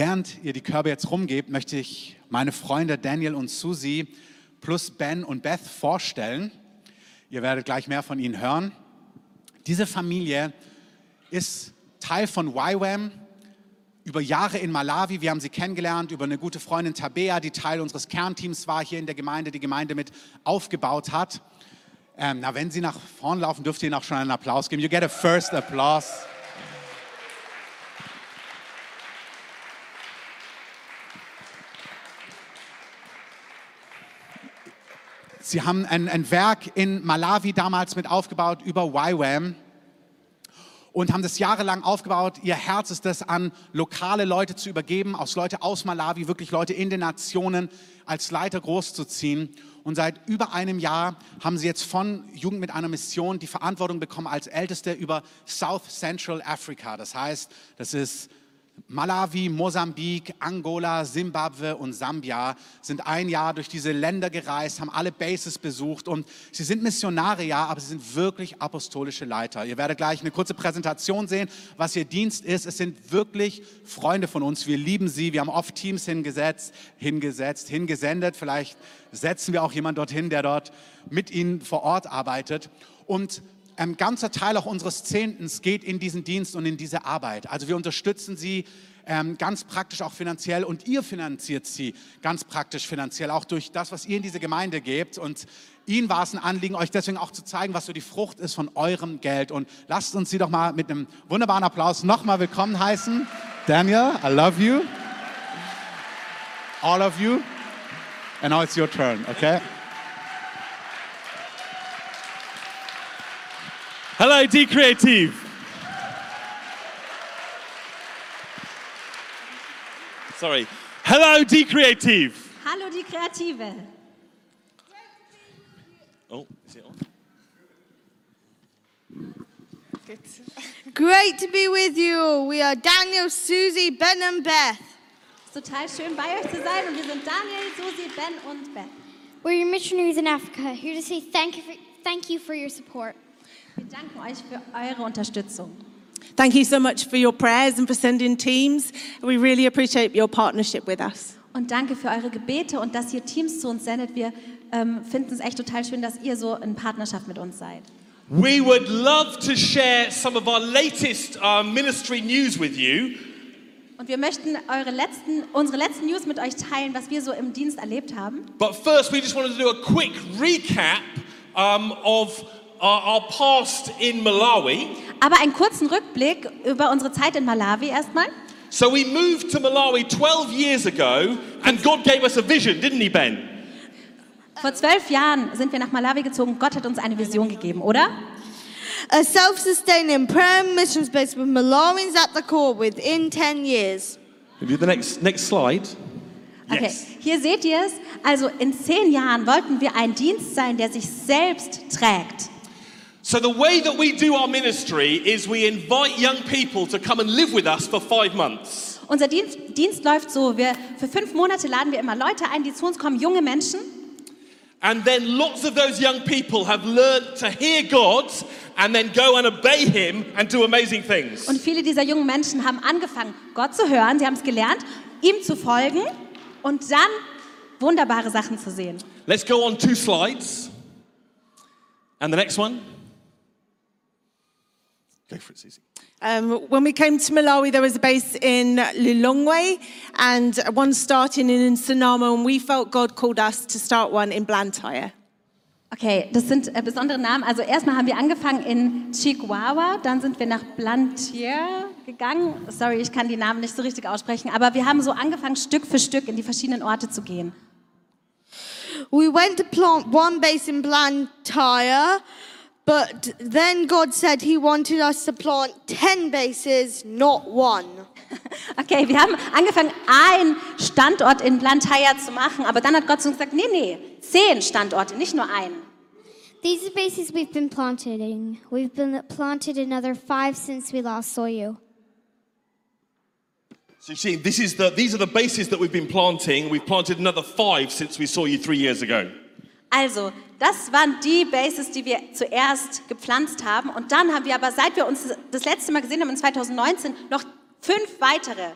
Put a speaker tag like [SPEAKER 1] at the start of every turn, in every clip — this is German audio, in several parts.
[SPEAKER 1] Während ihr die Körbe jetzt rumgebt, möchte ich meine Freunde Daniel und Susi plus Ben und Beth vorstellen. Ihr werdet gleich mehr von ihnen hören. Diese Familie ist Teil von YWAM, über Jahre in Malawi. Wir haben sie kennengelernt über eine gute Freundin Tabea, die Teil unseres Kernteams war hier in der Gemeinde, die Gemeinde mit aufgebaut hat. Ähm, na, wenn sie nach vorn laufen, dürft ihr ihnen auch schon einen Applaus geben. You get a first applause. Sie haben ein, ein Werk in Malawi damals mit aufgebaut über YWAM und haben das jahrelang aufgebaut. Ihr Herz ist das, an lokale Leute zu übergeben, aus Leute aus Malawi, wirklich Leute in den Nationen als Leiter großzuziehen. Und seit über einem Jahr haben sie jetzt von Jugend mit einer Mission die Verantwortung bekommen als Älteste über South Central Africa. Das heißt, das ist Malawi, Mosambik, Angola, Simbabwe und Sambia sind ein Jahr durch diese Länder gereist, haben alle Bases besucht und sie sind Missionare, ja, aber sie sind wirklich apostolische Leiter. Ihr werdet gleich eine kurze Präsentation sehen, was ihr Dienst ist. Es sind wirklich Freunde von uns. Wir lieben sie. Wir haben oft Teams hingesetzt, hingesetzt, hingesendet. Vielleicht setzen wir auch jemanden dorthin, der dort mit ihnen vor Ort arbeitet. Und ein Ähm, ganzer Teil auch unseres Zehntens geht in diesen Dienst und in diese Arbeit. Also wir unterstützen sie ähm, ganz praktisch auch finanziell und ihr finanziert sie ganz praktisch finanziell, auch durch das, was ihr in diese Gemeinde gebt. Und ihnen war es ein Anliegen, euch deswegen auch zu zeigen, was so die Frucht ist von eurem Geld. Und lasst uns sie doch mal mit einem wunderbaren Applaus nochmal willkommen heißen. Daniel, I love you. All of you. And now it's your turn, okay?
[SPEAKER 2] Hello, D Creative. Sorry. Hello, D Creative.
[SPEAKER 3] Hallo die Kreative.
[SPEAKER 2] Oh, is it on?
[SPEAKER 4] Great to be with you. We are Daniel, Susie, Ben, and Beth.
[SPEAKER 3] Es ist total schön bei euch zu sein und wir sind Daniel, Susi, Ben und Beth.
[SPEAKER 5] We're your missionaries in Africa, here to say thank you for, thank you for your support.
[SPEAKER 3] Wir danken euch für eure Unterstützung.
[SPEAKER 6] Thank you so much for your prayers and for sending teams. We really appreciate your partnership with us.
[SPEAKER 3] Und danke für eure Gebete und dass ihr Teams zu uns sendet. Wir ähm, finden es echt total schön, dass ihr so in Partnerschaft mit uns seid.
[SPEAKER 2] We would love to share some of our latest uh, ministry news with you.
[SPEAKER 3] Und wir möchten eure letzten, unsere letzten News mit euch teilen, was wir so im Dienst erlebt haben.
[SPEAKER 2] But first, we just wanted to do a quick recap um, of our, our past in Malawi.
[SPEAKER 3] Aber einen kurzen Rückblick über unsere Zeit in Malawi erstmal.
[SPEAKER 2] So we moved to Malawi 12 years ago, and God gave us a vision, didn't He, Ben?
[SPEAKER 3] Vor zwölf Jahren sind wir nach Malawi gezogen. Gott hat uns eine Vision gegeben, oder?
[SPEAKER 4] A self sustaining prayer mission space with Malawians at the core within 10 years.
[SPEAKER 2] If you the next next slide.
[SPEAKER 3] Okay,
[SPEAKER 2] Yes.
[SPEAKER 3] hier seht ihr es. Also in zehn Jahren wollten wir ein Dienst sein, der sich selbst trägt.
[SPEAKER 2] So the way that we do our ministry is we invite young people to come and live with us for five months.
[SPEAKER 3] Unser Dienst, Dienst läuft so, wir, für fünf Monate laden wir immer Leute ein, die zu uns kommen, junge Menschen.
[SPEAKER 2] And then lots of those young people have learned to hear God and then go and obey Him and do amazing things.
[SPEAKER 3] Und viele dieser jungen Menschen haben angefangen, Gott zu hören, sie haben es gelernt, ihm zu folgen und dann wunderbare Sachen zu sehen.
[SPEAKER 2] Let's go on two slides. And the next one. Go for it, Susie.
[SPEAKER 6] Um, when we came to Malawi, there was a base in Lilongwe and one starting in Sonoma, and we felt God called us to start one in Blantyre.
[SPEAKER 3] Okay, das sind äh, besondere Namen. Also erstmal haben wir angefangen in Chihuahua, dann sind wir nach Blantyre gegangen. Sorry, ich kann die Namen nicht so richtig aussprechen, aber wir haben so angefangen, Stück für Stück in die verschiedenen Orte zu gehen.
[SPEAKER 4] We went to plant one base in Blantyre, but then God said He wanted us to plant 10 bases, not one.
[SPEAKER 3] Okay, wir haben angefangen, einen Standort in Blantyre zu machen, aber dann hat Gott zu uns gesagt, nee, nee, zehn Standorte, nicht nur einen.
[SPEAKER 5] These are bases we've been planting. We've been planted another five since we last saw you.
[SPEAKER 2] So you see, this is the, these are the bases that we've been planting. We've planted another five since we saw you three years ago.
[SPEAKER 3] Also, das waren die Bases, die wir zuerst gepflanzt haben. Und dann haben wir aber, seit wir uns das letzte Mal gesehen haben, in 2019, noch fünf weitere.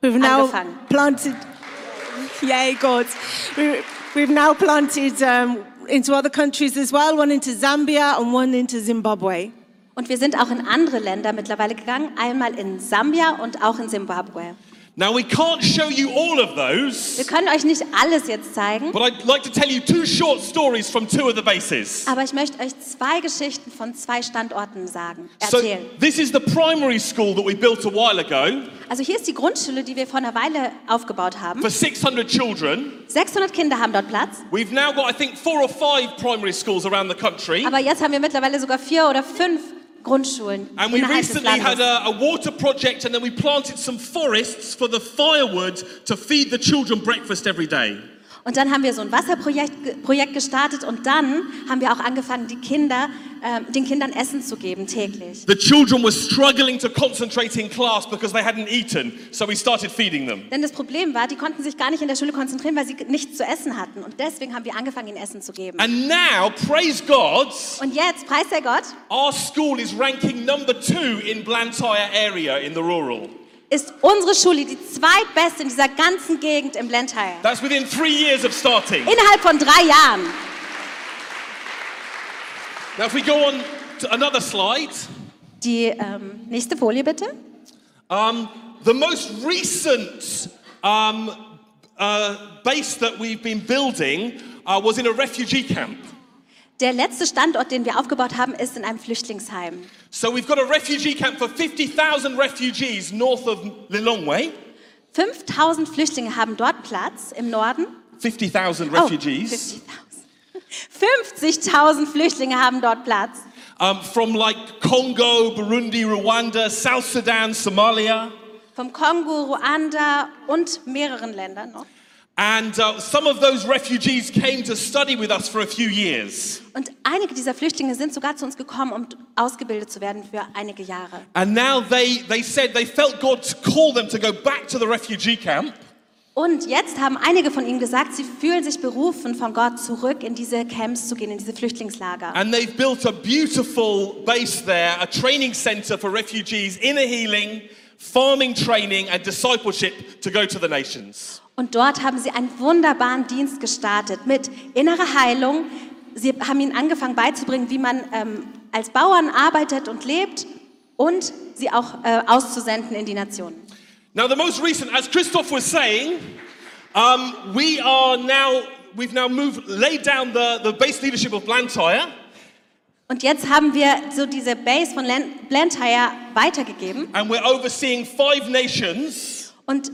[SPEAKER 6] We We've now
[SPEAKER 3] Angefangen.
[SPEAKER 6] planted. Yay, God. We, we've now planted um, into other countries as well, one into Zambia and one into Zimbabwe.
[SPEAKER 3] Und wir sind auch in andere Länder mittlerweile gegangen, einmal in Sambia und auch in Simbabwe.
[SPEAKER 2] Now, we can't show you all of those,
[SPEAKER 3] Wir können euch nicht alles jetzt zeigen,
[SPEAKER 2] but I'd like to tell you two short stories from two of the bases.
[SPEAKER 3] aber ich möchte euch zwei Geschichten von zwei Standorten sagen,
[SPEAKER 2] So,
[SPEAKER 3] erzählen.
[SPEAKER 2] this is the primary school that we built a while ago
[SPEAKER 3] Also hier ist die Grundschule, die wir vor einer Weile aufgebaut haben.
[SPEAKER 2] for 600 children.
[SPEAKER 3] 600 Kinder haben dort Platz,
[SPEAKER 2] We've now got, I think, four or five primary schools around the country.
[SPEAKER 3] aber jetzt haben wir mittlerweile sogar vier oder fünf Grundschulen
[SPEAKER 2] And we
[SPEAKER 3] innerhalb des
[SPEAKER 2] recently had
[SPEAKER 3] Landes.
[SPEAKER 2] a, a water project, and then we planted some forests for the firewood to feed the children breakfast every day.
[SPEAKER 3] Und dann haben wir so ein Wasserprojekt ge- Projekt gestartet und dann haben wir auch angefangen, die Kinder, ähm, den Kindern Essen zu geben täglich.
[SPEAKER 2] The children were struggling to concentrate in class because they hadn't eaten, so we started feeding them.
[SPEAKER 3] Denn das Problem war, die konnten sich gar nicht in der Schule konzentrieren, weil sie ge- nichts zu essen hatten. Und deswegen haben wir angefangen, ihnen Essen zu geben.
[SPEAKER 2] And now, praise God,
[SPEAKER 3] Und jetzt, preis der Gott,
[SPEAKER 2] our school is ranking number two in Blantyre area in the rural.
[SPEAKER 3] ist unsere Schule die zweitbeste in dieser ganzen Gegend im Blenheim.
[SPEAKER 2] That's within three years of starting.
[SPEAKER 3] Innerhalb von drei Jahren.
[SPEAKER 2] Now, if we go on to another slide,
[SPEAKER 3] Die ähm, nächste Folie bitte.
[SPEAKER 2] um, the most recent um, uh, base that we've been building uh, was in a refugee camp.
[SPEAKER 3] Der letzte Standort, den wir aufgebaut haben, ist in einem Flüchtlingsheim.
[SPEAKER 2] So we've got a refugee camp for 50,000 refugees north of Lilongwe.
[SPEAKER 3] 5000 Flüchtlinge haben dort Platz im Norden.
[SPEAKER 2] 50,000
[SPEAKER 3] Oh,
[SPEAKER 2] refugees.
[SPEAKER 3] 50.000 50.000 Flüchtlinge haben dort Platz.
[SPEAKER 2] um, from like Congo, Burundi, Rwanda, South Sudan, Somalia.
[SPEAKER 3] Vom Kongo, Ruanda und mehreren Ländern noch.
[SPEAKER 2] And uh, some of those refugees came to study with us for a few years.
[SPEAKER 3] Und einige dieser Flüchtlinge sind sogar zu uns gekommen, um ausgebildet zu werden für einige Jahre.
[SPEAKER 2] And now they, they said they felt God to call them to go back to the refugee camp.
[SPEAKER 3] Und jetzt haben einige von ihnen gesagt, sie fühlen sich berufen, von Gott zurück in diese Camps zu gehen, in diese Flüchtlingslager.
[SPEAKER 2] And they've built a beautiful base there, a training center for refugees, inner healing, farming training, and discipleship to go to the nations.
[SPEAKER 3] Und dort haben sie einen wunderbaren Dienst gestartet mit innerer Heilung. Sie haben ihnen angefangen beizubringen, wie man ähm, als Bauern arbeitet und lebt und sie auch äh, auszusenden in die Nationen.
[SPEAKER 2] Now, the most recent, as Christoph was saying, um, we are now, we've now moved, laid down the, the base leadership of Blantyre,
[SPEAKER 3] Und jetzt haben wir so diese Base von Len- Blantyre weitergegeben
[SPEAKER 2] and we're overseeing five nations.
[SPEAKER 3] und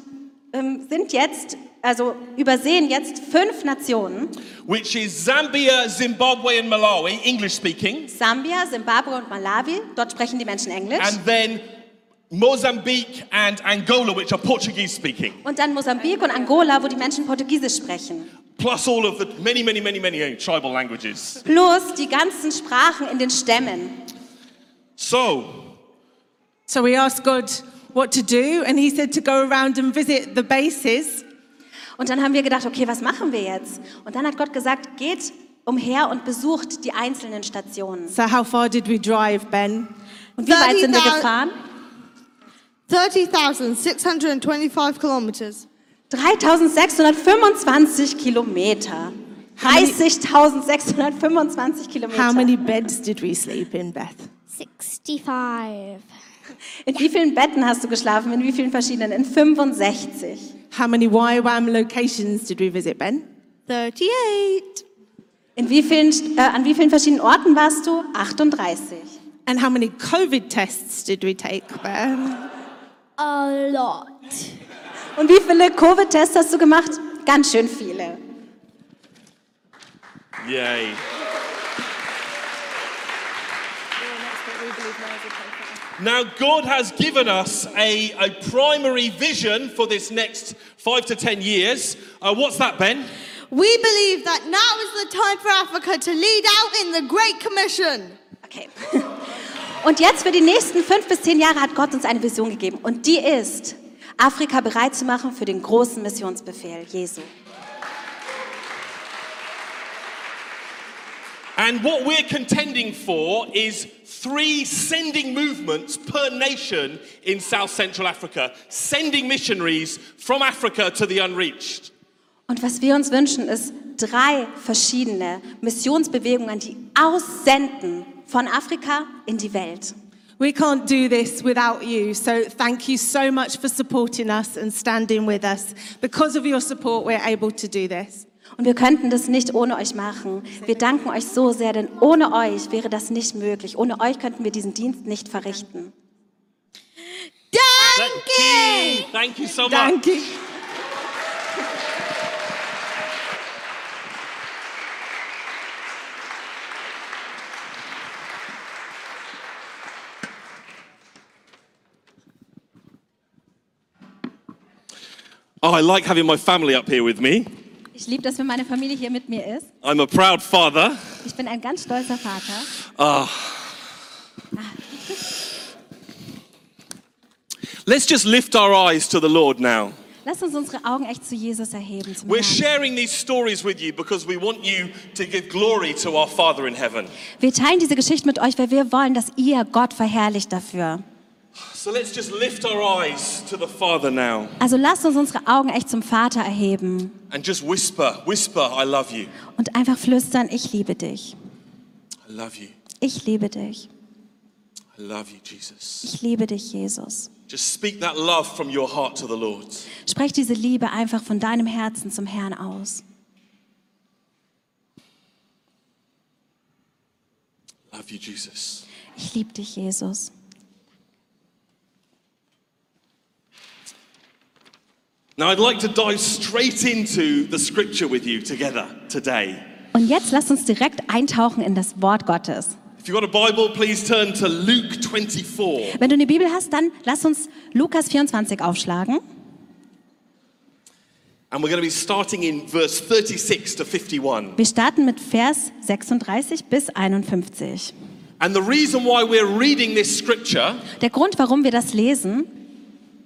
[SPEAKER 3] ähm, sind jetzt, also übersehen jetzt fünf Nationen,
[SPEAKER 2] Which is Zambia, Zimbabwe, and Malawi, English speaking,
[SPEAKER 3] Sambia, Simbabwe und Malawi, dort sprechen die Menschen Englisch.
[SPEAKER 2] and then Mozambique and Angola, which are Portuguese speaking,
[SPEAKER 3] Und dann Mosambik und Angola, wo die Menschen Portugiesisch sprechen.
[SPEAKER 2] plus all of the many, many, many, many tribal languages.
[SPEAKER 3] Plus die ganzen Sprachen in den Stämmen.
[SPEAKER 2] So,
[SPEAKER 6] So we asked God what to do, and He said to go around and visit the bases.
[SPEAKER 3] Und dann haben wir gedacht, okay, was machen wir jetzt? Und dann hat Gott gesagt, geht umher und besucht die einzelnen Stationen.
[SPEAKER 6] So, how far did we drive, Ben?
[SPEAKER 3] Und wie weit sind wir
[SPEAKER 4] 30.000
[SPEAKER 3] gefahren?
[SPEAKER 4] 30,625 kilometers.
[SPEAKER 3] 3625 Kilometer. 30.625 Kilometer.
[SPEAKER 6] How many beds did we sleep in, Beth?
[SPEAKER 5] 65.
[SPEAKER 3] In wie vielen Betten hast du geschlafen? In wie vielen verschiedenen? In 65.
[SPEAKER 6] How many YWAM locations did we visit, Ben?
[SPEAKER 4] 38.
[SPEAKER 3] In wie vielen, äh, an wie vielen verschiedenen Orten warst du? 38.
[SPEAKER 6] And how many COVID tests did we take, Ben?
[SPEAKER 5] A lot.
[SPEAKER 3] Und wie viele Covid-Tests hast du gemacht? Ganz schön viele.
[SPEAKER 2] yay. Now, God has given us a, a primary vision for this next five to ten years. Uh, what's that, Ben?
[SPEAKER 4] We believe that now is the time for Africa to lead out in the Great Commission.
[SPEAKER 3] Okay. Und jetzt für die nächsten fünf bis zehn Jahre hat Gott uns eine Vision gegeben. Und die ist, Afrika bereit zu machen für den großen Missionsbefehl Jesu.
[SPEAKER 2] And what we're contending for is three sending movements per nation in South Central Africa, sending missionaries from Africa to the unreached.
[SPEAKER 3] Und was wir uns wünschen, ist drei verschiedene Missionsbewegungen, die aussenden von Afrika in die Welt.
[SPEAKER 6] We can't do this without you. So thank you so much for supporting us and standing with us. Because of your support, we're able to do this.
[SPEAKER 3] Und wir könnten das nicht ohne euch machen. Wir danken euch so sehr, denn ohne euch wäre das nicht möglich. Ohne euch könnten wir diesen Dienst nicht verrichten.
[SPEAKER 4] Danke!
[SPEAKER 2] Thank you so much.
[SPEAKER 6] Thank you.
[SPEAKER 2] Oh, I like having my family up here with me.
[SPEAKER 3] Ich liebe, dass meine Familie hier mit mir ist.
[SPEAKER 2] I'm a proud father.
[SPEAKER 3] Ich bin ein ganz stolzer Vater.
[SPEAKER 2] Let's just lift our eyes to the Lord now.
[SPEAKER 3] Lasst uns unsere Augen echt zu Jesus erheben. Zum
[SPEAKER 2] We're
[SPEAKER 3] Herrn.
[SPEAKER 2] sharing these stories with you because we want you to give glory to our Father in heaven.
[SPEAKER 3] Wir teilen diese Geschichte mit euch, weil wir wollen, dass ihr Gott verherrlicht dafür.
[SPEAKER 2] So let's just lift our eyes to the Father now
[SPEAKER 3] Also lasst uns unsere Augen echt zum Vater erheben
[SPEAKER 2] and just whisper, whisper, I love you.
[SPEAKER 3] und einfach flüstern, ich liebe dich.
[SPEAKER 2] I love you.
[SPEAKER 3] Ich liebe dich.
[SPEAKER 2] I love you, Jesus.
[SPEAKER 3] Ich liebe dich, Jesus.
[SPEAKER 2] Just speak that love from your heart to the Lord.
[SPEAKER 3] Sprech diese Liebe einfach von deinem Herzen zum Herrn aus.
[SPEAKER 2] Love you, Jesus.
[SPEAKER 3] Ich liebe dich, Jesus.
[SPEAKER 2] Now I'd like to dive straight into the scripture with you together today.
[SPEAKER 3] Und jetzt lasst uns direkt eintauchen in das Wort Gottes.
[SPEAKER 2] If you've got a Bible, please turn to Luke 24.
[SPEAKER 3] Wenn du eine Bibel hast, dann lass uns Lukas 24 aufschlagen.
[SPEAKER 2] And we're going to be starting in verse 36 to 51.
[SPEAKER 3] Wir starten mit Vers 36 bis 51.
[SPEAKER 2] And the reason why we're reading this scripture,
[SPEAKER 3] Der Grund, warum wir das lesen,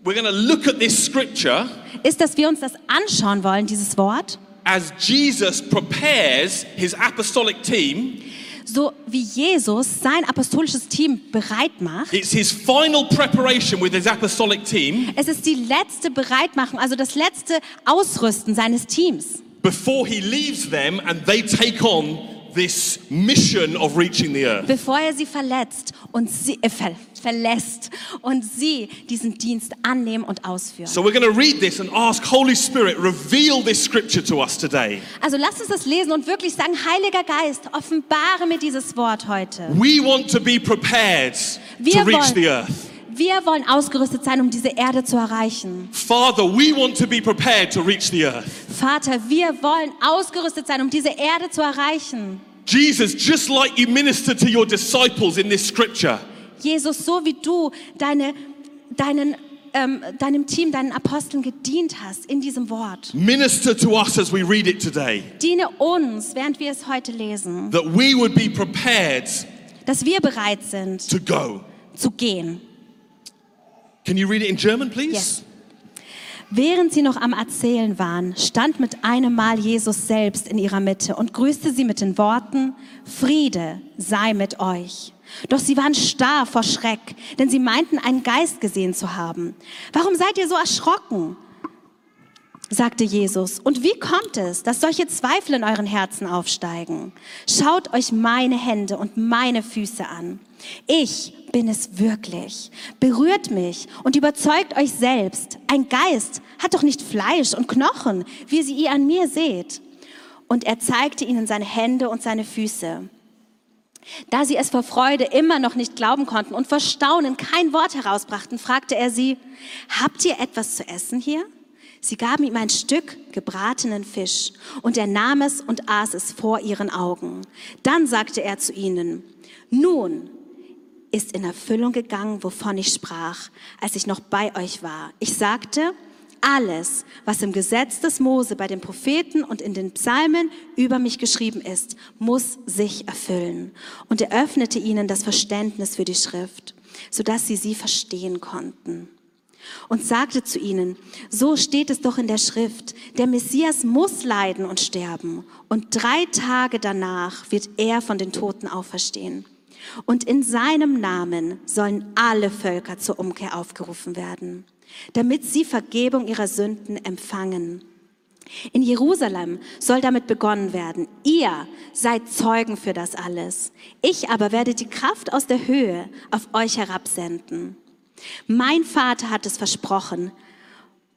[SPEAKER 2] we're going to look at this scripture
[SPEAKER 3] ist, dass wir uns das anschauen wollen, dieses Wort,
[SPEAKER 2] as Jesus prepares his apostolic team.
[SPEAKER 3] so wie Jesus sein apostolisches Team bereit macht.
[SPEAKER 2] It's his final preparation with his apostolic team
[SPEAKER 3] Es ist die letzte Bereitmachung, also das letzte Ausrüsten seines Teams,
[SPEAKER 2] before he leaves them and they take on this mission of reaching the earth.
[SPEAKER 3] bevor er sie verletzt und sie äh, ver, verlässt und sie diesen Dienst annehmen und ausführen.
[SPEAKER 2] So we're going to read this and ask Holy Spirit reveal this scripture to us today.
[SPEAKER 3] Also lasst uns das lesen und wirklich sagen, Heiliger Geist, offenbare mir dieses Wort heute.
[SPEAKER 2] We want to be prepared to
[SPEAKER 3] Wir
[SPEAKER 2] reach the
[SPEAKER 3] wollen,
[SPEAKER 2] earth.
[SPEAKER 3] wir wollen ausgerüstet sein, um diese Erde zu erreichen.
[SPEAKER 2] Father, we want to be prepared to reach the earth.
[SPEAKER 3] Vater, wir wollen ausgerüstet sein, um diese Erde zu erreichen.
[SPEAKER 2] Jesus, just like you ministered to your disciples in this scripture,
[SPEAKER 3] Jesus, so wie du deine, deinen, ähm, deinem Team, deinen Aposteln gedient hast in diesem Wort.
[SPEAKER 2] minister to us as we read it today,
[SPEAKER 3] Diene uns, während wir es heute lesen,
[SPEAKER 2] that we would be prepared
[SPEAKER 3] dass wir bereit sind
[SPEAKER 2] to go.
[SPEAKER 3] zu gehen.
[SPEAKER 2] Can you read it in German, please?
[SPEAKER 3] Yes. Während sie noch am Erzählen waren, stand mit einem Mal Jesus selbst in ihrer Mitte und grüßte sie mit den Worten, Friede sei mit euch. Doch sie waren starr vor Schreck, denn sie meinten, einen Geist gesehen zu haben. Warum seid ihr so erschrocken? sagte Jesus. Und wie kommt es, dass solche Zweifel in euren Herzen aufsteigen? Schaut euch meine Hände und meine Füße an. Ich bin es wirklich. Berührt mich und überzeugt euch selbst. Ein Geist hat doch nicht Fleisch und Knochen, wie sie ihr an mir seht. Und er zeigte ihnen seine Hände und seine Füße. Da sie es vor Freude immer noch nicht glauben konnten und vor Staunen kein Wort herausbrachten, fragte er sie, habt ihr etwas zu essen hier? Sie gaben ihm ein Stück gebratenen Fisch und er nahm es und aß es vor ihren Augen. Dann sagte er zu ihnen, nun ist in Erfüllung gegangen, wovon ich sprach, als ich noch bei euch war. Ich sagte, alles, was im Gesetz des Mose bei den Propheten und in den Psalmen über mich geschrieben ist, muss sich erfüllen. Und er öffnete ihnen das Verständnis für die Schrift, sodass sie sie verstehen konnten. und sagte zu ihnen, so steht es doch in der Schrift, der Messias muss leiden und sterben und drei Tage danach wird er von den Toten auferstehen. Und in seinem Namen sollen alle Völker zur Umkehr aufgerufen werden, damit sie Vergebung ihrer Sünden empfangen. In Jerusalem soll damit begonnen werden. Ihr seid Zeugen für das alles. Ich aber werde die Kraft aus der Höhe auf euch herabsenden. Mein Vater hat es versprochen.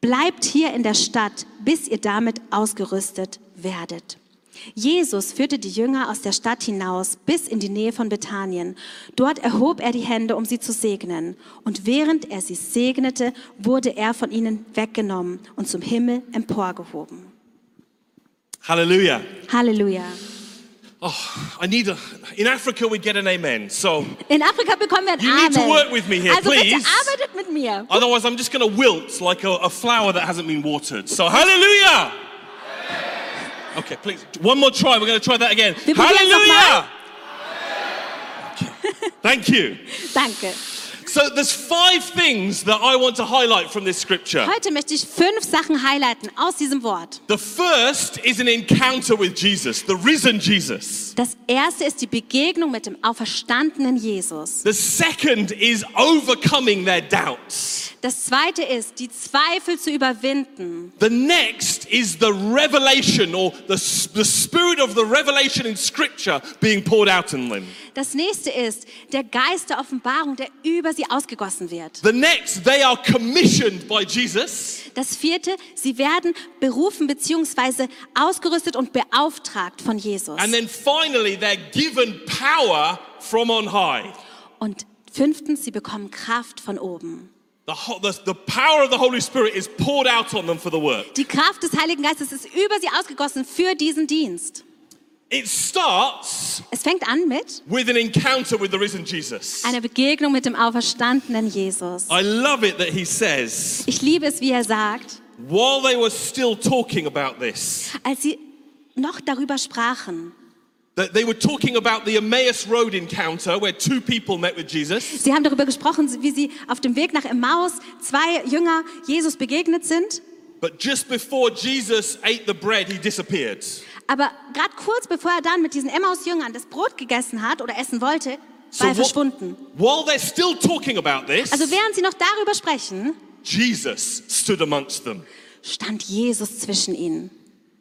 [SPEAKER 3] Bleibt hier in der Stadt, bis ihr damit ausgerüstet werdet. Jesus führte die Jünger aus der Stadt hinaus bis in die Nähe von Bethanien. Dort erhob er die Hände, um sie zu segnen. Und während er sie segnete, wurde er von ihnen weggenommen und zum Himmel emporgehoben.
[SPEAKER 2] Hallelujah.
[SPEAKER 3] Halleluja.
[SPEAKER 2] Oh, I need a. In Africa, we get an amen. So
[SPEAKER 3] In Afrika bekommen wir ein
[SPEAKER 2] You need to
[SPEAKER 3] Amen.
[SPEAKER 2] work with me here,
[SPEAKER 3] also
[SPEAKER 2] please.
[SPEAKER 3] bitte arbeitet mit mir.
[SPEAKER 2] otherwise, I'm just going to wilt like a, a flower that hasn't been watered. So hallelujah. Okay, please. One more try. We're going to try that again.
[SPEAKER 3] Wir probieren es
[SPEAKER 2] Hallelujah. Okay. Thank you.
[SPEAKER 3] Danke.
[SPEAKER 2] So there's five things that I want to highlight from this scripture.
[SPEAKER 3] Heute möchte ich fünf Sachen highlighten aus diesem Wort.
[SPEAKER 2] The first is an encounter with Jesus, the risen Jesus.
[SPEAKER 3] Das erste ist die Begegnung mit dem auferstandenen Jesus.
[SPEAKER 2] The second is overcoming their doubts.
[SPEAKER 3] Das zweite ist, die Zweifel zu überwinden.
[SPEAKER 2] The next is the revelation or the, s- the spirit of the revelation in scripture being poured out in them.
[SPEAKER 3] Das nächste ist der Geist der Offenbarung, der über sie ausgegossen wird.
[SPEAKER 2] The next, they are commissioned by Jesus.
[SPEAKER 3] Das vierte, sie werden berufen bzw. ausgerüstet und beauftragt von Jesus.
[SPEAKER 2] And then finally, they're given power from on high.
[SPEAKER 3] Und fünftens, sie bekommen Kraft von oben.
[SPEAKER 2] The, ho- the, the power of the Holy Spirit is poured out on them for the work.
[SPEAKER 3] Die Kraft des Heiligen Geistes ist über sie ausgegossen für diesen Dienst.
[SPEAKER 2] It starts
[SPEAKER 3] Es fängt an mit
[SPEAKER 2] with an encounter with the risen Jesus.
[SPEAKER 3] einer Begegnung mit dem auferstandenen Jesus.
[SPEAKER 2] I love it that he says,
[SPEAKER 3] Ich liebe es, wie er sagt,
[SPEAKER 2] while they were still talking about this,
[SPEAKER 3] als sie noch darüber sprachen.
[SPEAKER 2] that they were talking about the Emmaus Road encounter where two people met with Jesus.
[SPEAKER 3] Sie haben darüber gesprochen, wie sie auf dem Weg nach Emmaus zwei Jünger Jesus begegnet sind.
[SPEAKER 2] But just before Jesus ate the bread, he disappeared.
[SPEAKER 3] Aber gerade kurz bevor er dann mit diesen Emmaus-Jüngern das Brot gegessen hat oder essen wollte, war er
[SPEAKER 2] wha-
[SPEAKER 3] verschwunden.
[SPEAKER 2] while they're still talking about this,
[SPEAKER 3] Also während sie noch darüber sprechen,
[SPEAKER 2] Jesus stood amongst them
[SPEAKER 3] stand Jesus zwischen ihnen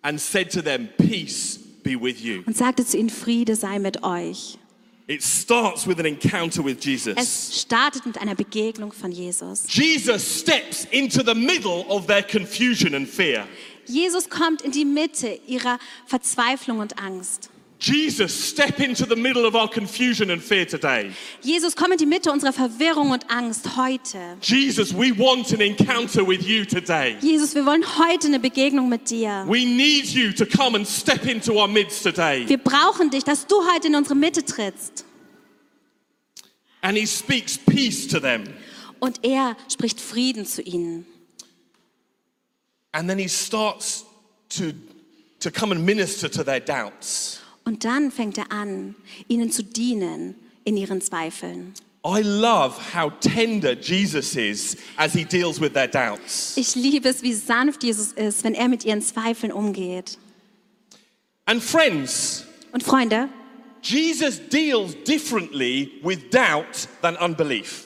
[SPEAKER 2] and said to them, Peace be with you.
[SPEAKER 3] und sagte zu ihnen, Friede sei mit euch.
[SPEAKER 2] It starts with an encounter with Jesus.
[SPEAKER 3] Es startet mit einer Begegnung von Jesus.
[SPEAKER 2] Jesus steps into the middle of their confusion and fear.
[SPEAKER 3] Jesus kommt in die Mitte ihrer Verzweiflung und Angst.
[SPEAKER 2] Jesus, step into the middle of our confusion and fear today.
[SPEAKER 3] Jesus, komm in die Mitte unserer Verwirrung und Angst heute.
[SPEAKER 2] Jesus, we want an encounter with you today.
[SPEAKER 3] Jesus, wir wollen heute eine Begegnung mit dir.
[SPEAKER 2] We need you to come and step into our midst today.
[SPEAKER 3] Wir brauchen dich, dass du heute in unsere Mitte trittst.
[SPEAKER 2] And he speaks peace to them.
[SPEAKER 3] Und er spricht Frieden zu ihnen.
[SPEAKER 2] And then he starts to, to come and minister to their doubts.
[SPEAKER 3] Und dann fängt er an, ihnen zu dienen in ihren Zweifeln.
[SPEAKER 2] I love how tender Jesus is as he deals with their doubts.
[SPEAKER 3] Ich liebe es, wie sanft Jesus ist, wenn er mit ihren Zweifeln umgeht.
[SPEAKER 2] And friends,
[SPEAKER 3] Und Freunde,
[SPEAKER 2] Jesus deals differently with doubt than unbelief.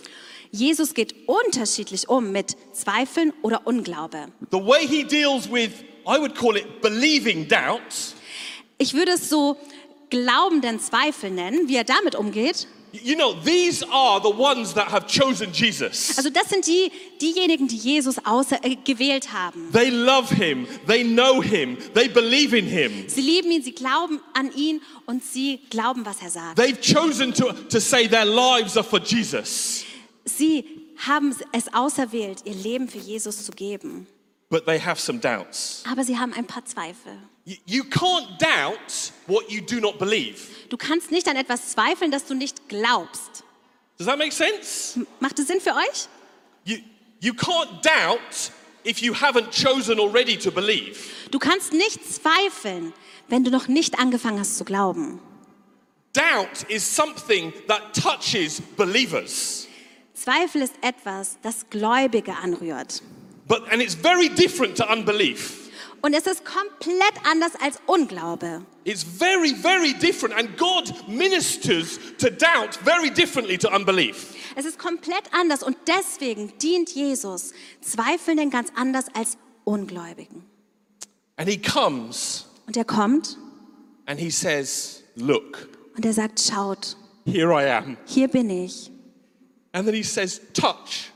[SPEAKER 3] Jesus geht unterschiedlich um mit Zweifeln oder Unglaube.
[SPEAKER 2] The way he deals with, I would call it believing doubt.
[SPEAKER 3] Ich würde es so glaubenden Zweifel nennen, wie er damit umgeht.
[SPEAKER 2] You know, these are the ones that have chosen Jesus.
[SPEAKER 3] Also das sind die, diejenigen, die Jesus außer, äh, gewählt haben.
[SPEAKER 2] They love him, they know him, they believe in him.
[SPEAKER 3] Sie lieben ihn, sie glauben an ihn und sie glauben, was er sagt.
[SPEAKER 2] They've chosen to, to say their lives are for Jesus,
[SPEAKER 3] Sie haben es auserwählt, ihr Leben für Jesus zu geben.
[SPEAKER 2] but they have some doubts.
[SPEAKER 3] Aber sie haben ein paar Zweifel.
[SPEAKER 2] You, you can't doubt what you do not believe.
[SPEAKER 3] Du kannst nicht an etwas zweifeln, das du nicht glaubst.
[SPEAKER 2] Does that make sense?
[SPEAKER 3] M- Macht es Sinn für euch?
[SPEAKER 2] You, you can't doubt if you haven't chosen already to believe.
[SPEAKER 3] Du kannst nicht zweifeln, wenn du noch nicht angefangen hast zu glauben.
[SPEAKER 2] Doubt is something that touches believers.
[SPEAKER 3] Zweifel ist etwas, das Gläubige anrührt.
[SPEAKER 2] But, and it's very different to unbelief.
[SPEAKER 3] Und es ist komplett anders als Unglaube.
[SPEAKER 2] It's very, very different. And God ministers to doubt very differently to unbelief.
[SPEAKER 3] Es ist komplett anders und deswegen dient Jesus Zweifelnden ganz anders als Ungläubigen.
[SPEAKER 2] And He comes
[SPEAKER 3] Und er kommt
[SPEAKER 2] and He says, Look,
[SPEAKER 3] und er sagt, schaut,
[SPEAKER 2] here I am.
[SPEAKER 3] hier bin ich.
[SPEAKER 2] And then He says, Touch.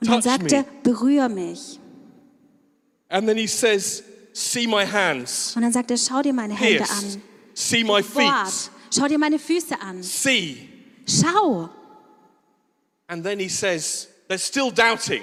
[SPEAKER 3] Und dann
[SPEAKER 2] Touch
[SPEAKER 3] sagt
[SPEAKER 2] me.
[SPEAKER 3] er, berühr mich.
[SPEAKER 2] And then He says, See my hands.
[SPEAKER 3] Und dann sagt er, schau dir meine Hände
[SPEAKER 2] Here.
[SPEAKER 3] an.
[SPEAKER 2] See my feet.
[SPEAKER 3] Wort. Schau dir meine Füße an.
[SPEAKER 2] See.
[SPEAKER 3] Schau.
[SPEAKER 2] And then He says, They're still doubting.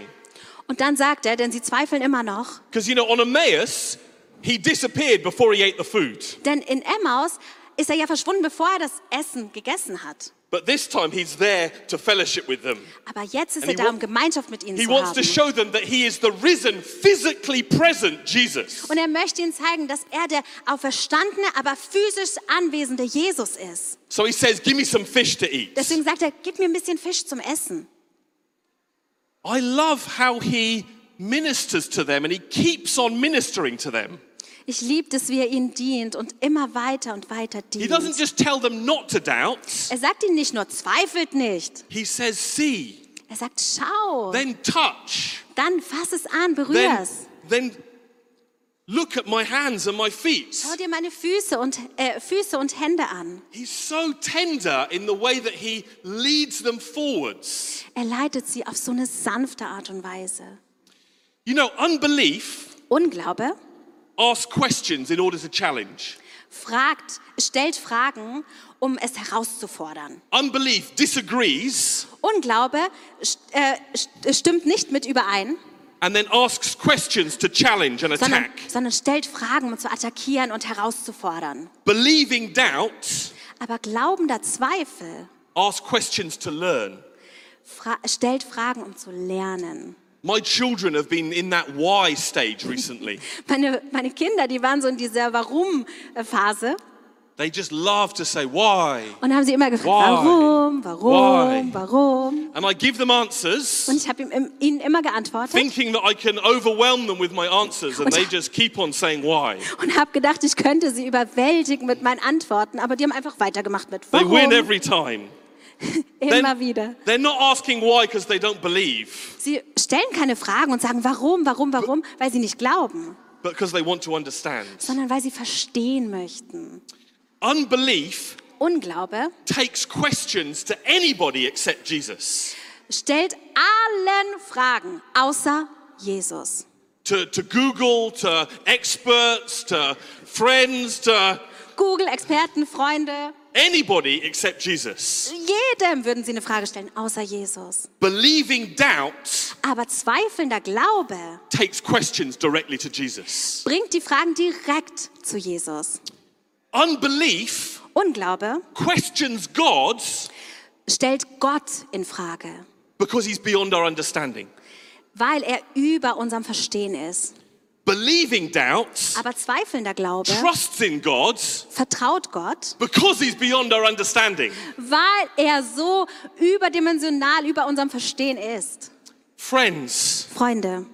[SPEAKER 3] Und dann sagt er, denn sie zweifeln immer noch,
[SPEAKER 2] Because, you know, on Emmaus, He disappeared before He ate the food.
[SPEAKER 3] denn in Emmaus ist er ja verschwunden, bevor er das Essen gegessen hat.
[SPEAKER 2] But this time he's there to fellowship with them.
[SPEAKER 3] Aber jetzt ist
[SPEAKER 2] And
[SPEAKER 3] er
[SPEAKER 2] he
[SPEAKER 3] da,
[SPEAKER 2] wa-
[SPEAKER 3] um Gemeinschaft mit ihnen
[SPEAKER 2] He
[SPEAKER 3] zu
[SPEAKER 2] wants to
[SPEAKER 3] haben.
[SPEAKER 2] show them that he is the risen, physically present Jesus.
[SPEAKER 3] Und er möchte ihnen zeigen, dass er der auferstandene, aber physisch anwesende Jesus ist.
[SPEAKER 2] So he says, Give me some fish to eat.
[SPEAKER 3] Deswegen sagt er, gib mir ein bisschen Fisch zum Essen.
[SPEAKER 2] I love how he ministers to them and he keeps on ministering to them.
[SPEAKER 3] Ich liebe, dass wir ihnen dient und immer weiter und weiter
[SPEAKER 2] He doesn't
[SPEAKER 3] dient.
[SPEAKER 2] just tell them not to doubt,
[SPEAKER 3] Er sagt ihnen nicht nur, zweifelt nicht.
[SPEAKER 2] he says, See,
[SPEAKER 3] Er sagt, schau,
[SPEAKER 2] then touch,
[SPEAKER 3] dann fass es an, berühr
[SPEAKER 2] then,
[SPEAKER 3] es.
[SPEAKER 2] then look at my hands and my feet.
[SPEAKER 3] Schau dir meine Füße und, äh, Füße und Hände an.
[SPEAKER 2] He's so tender in the way that he leads them forwards.
[SPEAKER 3] Er leitet sie auf so eine sanfte Art und Weise.
[SPEAKER 2] You know, unbelief
[SPEAKER 3] Unglaube
[SPEAKER 2] ask questions in order to challenge.
[SPEAKER 3] fragt, stellt Fragen, um es herauszufordern.
[SPEAKER 2] Unbelief disagrees
[SPEAKER 3] Unglaube st äh, st stimmt nicht mit überein,
[SPEAKER 2] and then asks questions to challenge and
[SPEAKER 3] sondern,
[SPEAKER 2] attack.
[SPEAKER 3] sondern stellt Fragen, um zu attackieren und herauszufordern.
[SPEAKER 2] Believing doubt
[SPEAKER 3] Aber glaubender Zweifel
[SPEAKER 2] asks questions to learn.
[SPEAKER 3] fra stellt Fragen, um zu lernen.
[SPEAKER 2] My children have been in that why stage recently.
[SPEAKER 3] Meine, meine Kinder, die waren so in dieser Warum-Phase
[SPEAKER 2] they just love to say why.
[SPEAKER 3] und haben sie immer gefragt,
[SPEAKER 2] Why?
[SPEAKER 3] warum, warum,
[SPEAKER 2] Why?
[SPEAKER 3] warum.
[SPEAKER 2] And I give them answers,
[SPEAKER 3] Und ich habe ihm- ihnen immer geantwortet.
[SPEAKER 2] thinking that I can overwhelm them with my answers, and they just keep on saying why.
[SPEAKER 3] und habe gedacht, ich könnte sie überwältigen mit meinen Antworten, aber die haben einfach weitergemacht mit
[SPEAKER 2] They
[SPEAKER 3] Warum
[SPEAKER 2] win every time.
[SPEAKER 3] immer wieder.
[SPEAKER 2] They're not asking why because they don't believe,
[SPEAKER 3] Sie stellen keine Fragen und sagen warum, warum, warum, weil sie nicht glauben,
[SPEAKER 2] but because they want to understand.
[SPEAKER 3] sondern weil sie verstehen möchten.
[SPEAKER 2] Unbelief
[SPEAKER 3] Unglaube
[SPEAKER 2] takes questions to anybody except Jesus.
[SPEAKER 3] stellt allen Fragen, außer Jesus.
[SPEAKER 2] To, to Google, to experts, to friends, to
[SPEAKER 3] Google, Experten, Freunde,
[SPEAKER 2] anybody except Jesus.
[SPEAKER 3] jedem würden sie eine Frage stellen, außer Jesus.
[SPEAKER 2] Believing doubt
[SPEAKER 3] Aber zweifelnder Glaube
[SPEAKER 2] takes questions directly to Jesus.
[SPEAKER 3] bringt die Fragen direkt zu Jesus.
[SPEAKER 2] Unbelief
[SPEAKER 3] Unglaube
[SPEAKER 2] questions God
[SPEAKER 3] stellt Gott in Frage.
[SPEAKER 2] because he's beyond our understanding.
[SPEAKER 3] weil er über unserem Verstehen ist.
[SPEAKER 2] Believing doubt
[SPEAKER 3] Aber zweifelnder Glaube
[SPEAKER 2] trusts in God
[SPEAKER 3] vertraut Gott,
[SPEAKER 2] because he's beyond our understanding.
[SPEAKER 3] weil er so überdimensional über unserem Verstehen ist.
[SPEAKER 2] Friends,
[SPEAKER 3] Freunde,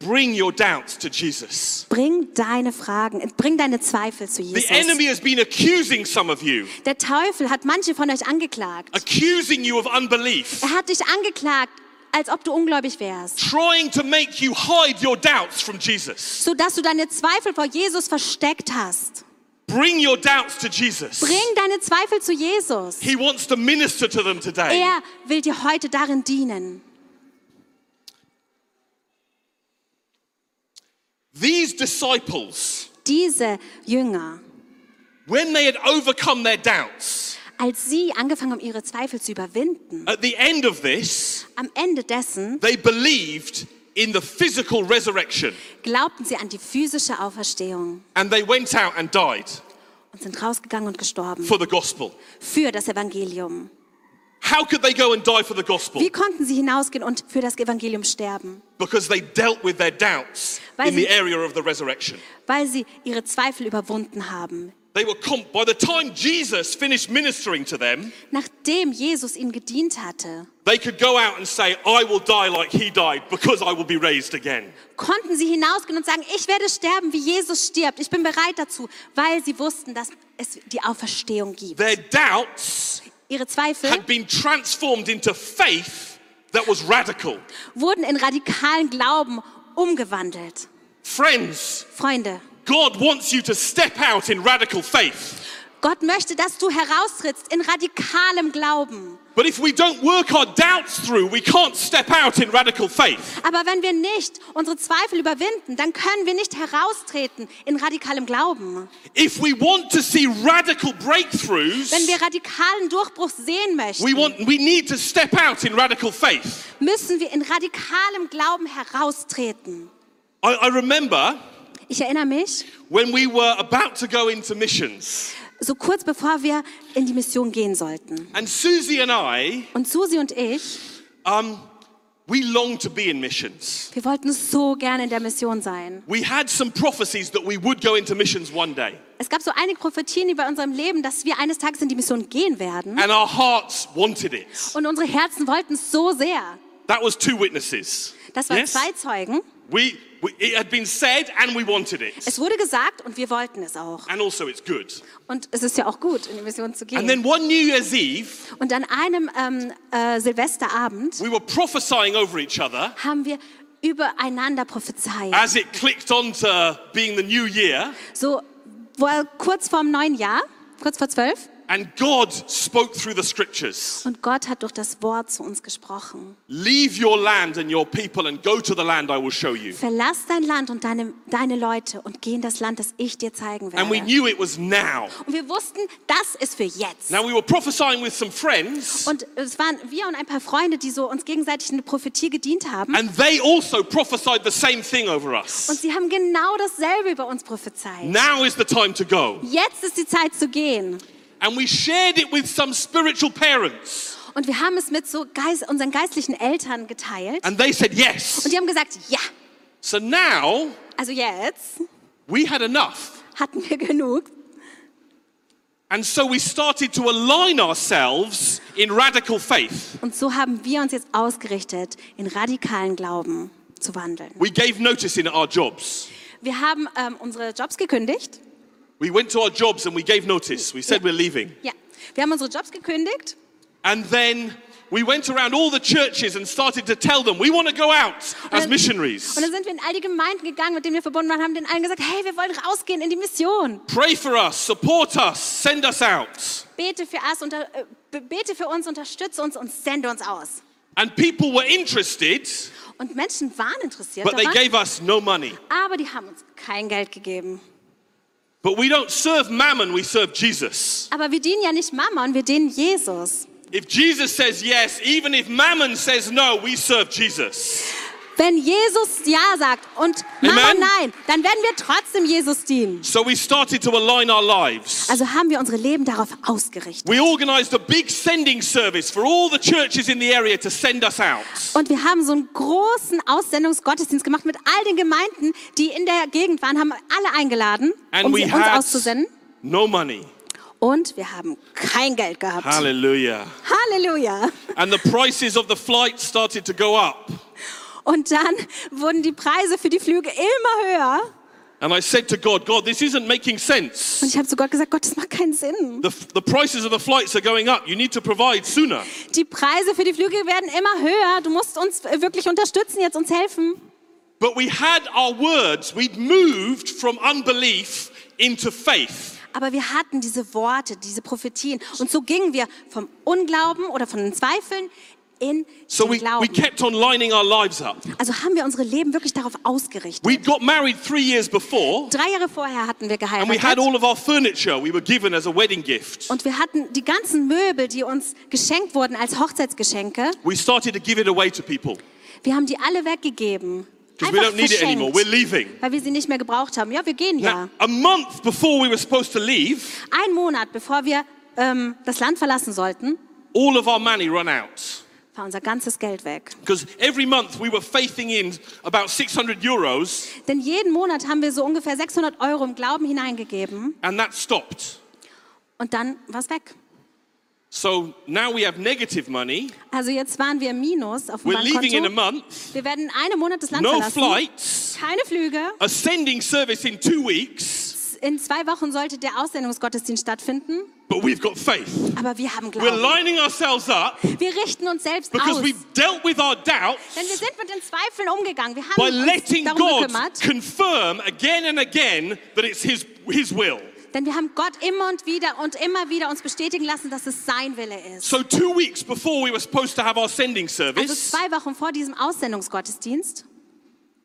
[SPEAKER 2] bring your doubts to Jesus.
[SPEAKER 3] bring deine Fragen, bring deine Zweifel zu
[SPEAKER 2] The
[SPEAKER 3] Jesus.
[SPEAKER 2] enemy has been accusing some of you,
[SPEAKER 3] Der Teufel hat manche von euch angeklagt.
[SPEAKER 2] accusing you of unbelief,
[SPEAKER 3] Er hat dich angeklagt, als ob du ungläubig wärst,
[SPEAKER 2] trying to make you hide your doubts from Jesus.
[SPEAKER 3] sodass du deine Zweifel vor Jesus versteckt hast.
[SPEAKER 2] Bring your doubts to Jesus.
[SPEAKER 3] Bring deine Zweifel zu Jesus.
[SPEAKER 2] He wants to minister to them today.
[SPEAKER 3] Er will dir heute darin dienen.
[SPEAKER 2] These disciples,
[SPEAKER 3] Diese Jünger
[SPEAKER 2] when they had overcome their doubts,
[SPEAKER 3] Als sie angefangen haben, ihre Zweifel zu überwinden,
[SPEAKER 2] at the end of this,
[SPEAKER 3] am Ende dessen
[SPEAKER 2] they believed in the physical resurrection
[SPEAKER 3] glaubten sie an die physische Auferstehung
[SPEAKER 2] and they went out and died
[SPEAKER 3] und sind rausgegangen und gestorben
[SPEAKER 2] for the gospel.
[SPEAKER 3] für das Evangelium.
[SPEAKER 2] How could they go and die for the gospel?
[SPEAKER 3] Wie konnten sie hinausgehen und für das Evangelium sterben?
[SPEAKER 2] Because they dealt with their doubts
[SPEAKER 3] Weil
[SPEAKER 2] in the
[SPEAKER 3] sie-
[SPEAKER 2] area of the resurrection.
[SPEAKER 3] Weil sie ihre Zweifel überwunden haben
[SPEAKER 2] They were com- by the time Jesus finished ministering to them,
[SPEAKER 3] Nachdem Jesus ihnen gedient hatte,
[SPEAKER 2] they could go out and say, I will die like he died because I will be raised again.
[SPEAKER 3] konnten sie hinausgehen und sagen, ich werde sterben, wie Jesus stirbt. Ich bin bereit dazu, weil sie wussten, dass es die Auferstehung gibt.
[SPEAKER 2] Their doubts
[SPEAKER 3] Ihre Zweifel
[SPEAKER 2] had been transformed into faith that was radical.
[SPEAKER 3] wurden in radikalen Glauben umgewandelt.
[SPEAKER 2] Friends,
[SPEAKER 3] Freunde,
[SPEAKER 2] God wants you to step out in radical faith.
[SPEAKER 3] Gott möchte, dass du heraustrittst in radikalem Glauben.
[SPEAKER 2] But if we don't work our doubts through, we can't step out in radical faith.
[SPEAKER 3] Aber wenn wir nicht unsere Zweifel überwinden, dann können wir nicht heraustreten in radikalem Glauben.
[SPEAKER 2] If we want to see radical
[SPEAKER 3] Wenn
[SPEAKER 2] breakthroughs,
[SPEAKER 3] wir radikalen Durchbruch sehen möchten,
[SPEAKER 2] we, want, we need to step out in radical faith.
[SPEAKER 3] müssen wir in radikalem Glauben heraustreten.
[SPEAKER 2] I, I remember
[SPEAKER 3] Ich erinnere mich,
[SPEAKER 2] when we were about to go into missions,
[SPEAKER 3] so kurz bevor wir in die Mission gehen sollten.
[SPEAKER 2] and Susie and I,
[SPEAKER 3] Und Susi und ich,
[SPEAKER 2] um, we longed to be in missions.
[SPEAKER 3] wir wollten so gerne in der Mission sein.
[SPEAKER 2] We had some prophecies that we would go into missions one day.
[SPEAKER 3] Es gab so einige Prophetien über unserem Leben, dass wir eines Tages in die Mission gehen werden.
[SPEAKER 2] and our hearts wanted it.
[SPEAKER 3] Und unsere Herzen wollten es so sehr.
[SPEAKER 2] That was two witnesses.
[SPEAKER 3] Das waren
[SPEAKER 2] Yes?
[SPEAKER 3] zwei Zeugen.
[SPEAKER 2] We, we, it had been said and we wanted it.
[SPEAKER 3] Es wurde gesagt und wir wollten es auch.
[SPEAKER 2] And also, it's good.
[SPEAKER 3] Und es ist ja auch gut, in die Mission zu
[SPEAKER 2] And
[SPEAKER 3] gehen.
[SPEAKER 2] then one New Year's Eve,
[SPEAKER 3] Und an einem ähm, äh, Silvesterabend
[SPEAKER 2] we were prophesying over each other
[SPEAKER 3] haben wir übereinander prophezeit.
[SPEAKER 2] as it clicked onto being the new year.
[SPEAKER 3] So wohl kurz vorm neuen Jahr, kurz vor zwölf.
[SPEAKER 2] And God spoke through the scriptures
[SPEAKER 3] Und Gott hat durch das Wort zu uns gesprochen.
[SPEAKER 2] Leave your land and your people and go to the land I will show you.
[SPEAKER 3] Verlass dein Land und deine, deine Leute und geh in das Land, das ich dir zeigen werde.
[SPEAKER 2] And we knew it was now.
[SPEAKER 3] Und wir wussten, das ist für jetzt.
[SPEAKER 2] Now, we were prophesying with some friends,
[SPEAKER 3] Und es waren wir und ein paar Freunde, die so uns gegenseitig eine Prophetie gedient haben.
[SPEAKER 2] and they also prophesied the same thing over us.
[SPEAKER 3] Und sie haben genau dasselbe über uns prophezeit.
[SPEAKER 2] Now is the time to go.
[SPEAKER 3] Jetzt ist die Zeit zu gehen.
[SPEAKER 2] And we shared it with some spiritual parents.
[SPEAKER 3] Und wir haben es mit so Geist, unseren geistlichen Eltern geteilt.
[SPEAKER 2] And they said
[SPEAKER 3] Und
[SPEAKER 2] yes.
[SPEAKER 3] die haben gesagt, ja.
[SPEAKER 2] So now
[SPEAKER 3] Also jetzt
[SPEAKER 2] we had enough.
[SPEAKER 3] hatten wir genug.
[SPEAKER 2] And so we started to align ourselves in radical faith.
[SPEAKER 3] Und so haben wir uns jetzt ausgerichtet, in radikalen Glauben zu wandeln.
[SPEAKER 2] We gave notice in our jobs.
[SPEAKER 3] Wir haben ähm, unsere Jobs gekündigt.
[SPEAKER 2] We went to our jobs and we gave notice. We said we're leaving.
[SPEAKER 3] Ja, wir haben unsere Jobs gekündigt.
[SPEAKER 2] And then we went around all the churches and started to tell them we want to go out as
[SPEAKER 3] Und
[SPEAKER 2] missionaries.
[SPEAKER 3] dann sind wir in all die Gemeinden gegangen, mit denen wir verbunden waren, haben den allen gesagt, hey, wir wollen rausgehen in die Mission.
[SPEAKER 2] Pray for us, support us, send us out.
[SPEAKER 3] Bete für uns, unter, äh, be- bete für uns, unterstütze uns und sende uns aus.
[SPEAKER 2] And people were interested,
[SPEAKER 3] Und Menschen waren interessiert
[SPEAKER 2] but they
[SPEAKER 3] daran,
[SPEAKER 2] gave us no money.
[SPEAKER 3] aber die haben uns kein Geld gegeben.
[SPEAKER 2] But we don't serve mammon, we serve Jesus.
[SPEAKER 3] Aber wir dienen ja nicht Mama und wir dienen Jesus.
[SPEAKER 2] If Jesus says yes, even if mammon says no, we serve Jesus.
[SPEAKER 3] Wenn Jesus Ja sagt und Mama
[SPEAKER 2] Amen.
[SPEAKER 3] Nein, dann werden wir trotzdem Jesus dienen.
[SPEAKER 2] So we started to align our lives.
[SPEAKER 3] Also haben wir unsere Leben darauf ausgerichtet.
[SPEAKER 2] We organized a big sending service for all the churches in the area to send us out.
[SPEAKER 3] Und wir haben so einen großen Aussendungsgottesdienst gemacht mit all den Gemeinden, die in der Gegend waren, haben alle eingeladen,
[SPEAKER 2] And
[SPEAKER 3] um
[SPEAKER 2] we
[SPEAKER 3] sie uns
[SPEAKER 2] had
[SPEAKER 3] auszusenden.
[SPEAKER 2] no money.
[SPEAKER 3] Und wir haben kein Geld gehabt.
[SPEAKER 2] Hallelujah.
[SPEAKER 3] Halleluja.
[SPEAKER 2] And the prices of the flight started to go up.
[SPEAKER 3] Und dann wurden die Preise für die Flüge immer höher.
[SPEAKER 2] And I said to God, God, this isn't making sense.
[SPEAKER 3] Und ich habe zu Gott gesagt, Gott, das macht keinen Sinn.
[SPEAKER 2] The, the prices of the flights are going up. You need to provide sooner.
[SPEAKER 3] Die Preise für die Flüge werden immer höher. Du musst uns äh, wirklich unterstützen, jetzt uns helfen.
[SPEAKER 2] But we had our words. We'd moved from unbelief into faith.
[SPEAKER 3] Aber wir hatten diese Worte, diese Prophetien. Und so gingen wir vom Unglauben oder von den Zweifeln in
[SPEAKER 2] So
[SPEAKER 3] den
[SPEAKER 2] we,
[SPEAKER 3] Glauben.
[SPEAKER 2] we kept on lining our lives up.
[SPEAKER 3] also haben wir unsere Leben wirklich darauf ausgerichtet.
[SPEAKER 2] We'd got married three years before,
[SPEAKER 3] Drei Jahre vorher hatten wir
[SPEAKER 2] and we had
[SPEAKER 3] geheiratet.
[SPEAKER 2] all of our furniture we were given as a wedding gift.
[SPEAKER 3] Und wir hatten die ganzen Möbel, die uns geschenkt wurden als Hochzeitsgeschenke.
[SPEAKER 2] We started to give it away to people
[SPEAKER 3] Wir haben die alle weggegeben.
[SPEAKER 2] because we
[SPEAKER 3] Einfach
[SPEAKER 2] don't need it anymore. We're
[SPEAKER 3] verschenkt,
[SPEAKER 2] leaving.
[SPEAKER 3] weil wir sie nicht mehr gebraucht haben. Ja, wir gehen
[SPEAKER 2] Now,
[SPEAKER 3] ja.
[SPEAKER 2] a month before we were supposed to leave,
[SPEAKER 3] Ein Monat, bevor wir ähm, das Land verlassen sollten,
[SPEAKER 2] all of our money ran out.
[SPEAKER 3] war unser ganzes Geld weg.
[SPEAKER 2] Because every month we were faithing in about 600 euros,
[SPEAKER 3] Denn jeden Monat haben wir so ungefähr 600 Euro im Glauben hineingegeben
[SPEAKER 2] and that stopped.
[SPEAKER 3] und dann war es weg.
[SPEAKER 2] So now we have negative money.
[SPEAKER 3] Also jetzt waren wir im Minus auf dem
[SPEAKER 2] We're leaving in a
[SPEAKER 3] Bankkonto.
[SPEAKER 2] month.
[SPEAKER 3] Wir werden in einem Monat das Land
[SPEAKER 2] No
[SPEAKER 3] verlassen.
[SPEAKER 2] flights.
[SPEAKER 3] Keine Flüge.
[SPEAKER 2] A sending service in two weeks.
[SPEAKER 3] In zwei Wochen sollte der Aussendungsgottesdienst stattfinden.
[SPEAKER 2] But we've got faith.
[SPEAKER 3] Aber wir haben
[SPEAKER 2] We're
[SPEAKER 3] Glauben.
[SPEAKER 2] lining ourselves up
[SPEAKER 3] Wir richten uns selbst
[SPEAKER 2] because
[SPEAKER 3] aus.
[SPEAKER 2] we've dealt with our
[SPEAKER 3] Denn wir
[SPEAKER 2] doubts
[SPEAKER 3] sind mit den Zweifeln umgegangen. Wir
[SPEAKER 2] by
[SPEAKER 3] haben uns
[SPEAKER 2] letting
[SPEAKER 3] darum
[SPEAKER 2] God
[SPEAKER 3] gekümmert.
[SPEAKER 2] confirm again and again that it's His, his will.
[SPEAKER 3] Denn wir haben Gott immer und wieder und immer wieder uns bestätigen lassen, dass es sein Wille ist.
[SPEAKER 2] So, two weeks before we were supposed to have our sending
[SPEAKER 3] Also
[SPEAKER 2] service,
[SPEAKER 3] zwei Wochen vor diesem Aussendungsgottesdienst,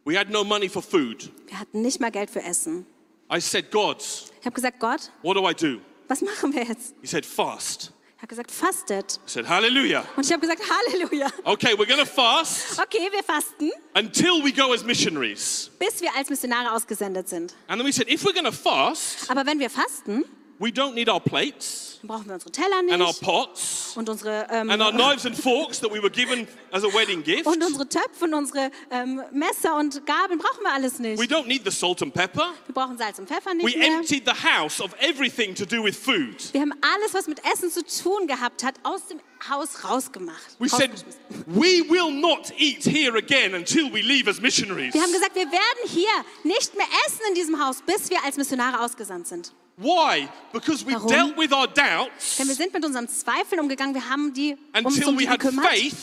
[SPEAKER 2] we had no money for food.
[SPEAKER 3] wir hatten nicht mal Geld für Essen.
[SPEAKER 2] I said, God,
[SPEAKER 3] Ich habe gesagt, Gott,
[SPEAKER 2] what do I do?
[SPEAKER 3] was machen wir jetzt?
[SPEAKER 2] He said, fast.
[SPEAKER 3] Ich habe gesagt, fastet.
[SPEAKER 2] I said, Hallelujah.
[SPEAKER 3] Und ich habe gesagt, Halleluja.
[SPEAKER 2] Okay, we're going to fast
[SPEAKER 3] Okay, wir fasten,
[SPEAKER 2] until we go as missionaries.
[SPEAKER 3] bis wir als Missionare ausgesendet sind.
[SPEAKER 2] And then we said, if we're going to fast,
[SPEAKER 3] Aber wenn wir fasten,
[SPEAKER 2] we don't need our plates
[SPEAKER 3] dann brauchen wir unsere Teller
[SPEAKER 2] and our
[SPEAKER 3] nicht
[SPEAKER 2] pots
[SPEAKER 3] und unsere, ähm,
[SPEAKER 2] and our knives and forks that we were given as a wedding gift.
[SPEAKER 3] und unsere Töpfe und unsere ähm, Messer und Gabeln brauchen wir alles nicht.
[SPEAKER 2] We don't need the salt and pepper.
[SPEAKER 3] Wir brauchen Salz und Pfeffer nicht
[SPEAKER 2] We
[SPEAKER 3] mehr.
[SPEAKER 2] emptied the house of everything to do with food.
[SPEAKER 3] Wir haben alles, was mit Essen zu tun gehabt hat, aus dem Haus rausgemacht.
[SPEAKER 2] We said,
[SPEAKER 3] rausgeschmissen.
[SPEAKER 2] we will not eat here again until we leave as missionaries.
[SPEAKER 3] wir haben gesagt, wir werden hier nicht mehr essen in diesem Haus, bis wir als Missionare ausgesandt sind.
[SPEAKER 2] Why? Because we
[SPEAKER 3] Warum?
[SPEAKER 2] dealt with our doubts
[SPEAKER 3] Denn wir sind mit unseren Zweifeln umgegangen, wir haben die uns
[SPEAKER 2] until
[SPEAKER 3] um
[SPEAKER 2] we
[SPEAKER 3] die
[SPEAKER 2] had
[SPEAKER 3] gekümmert,
[SPEAKER 2] faith,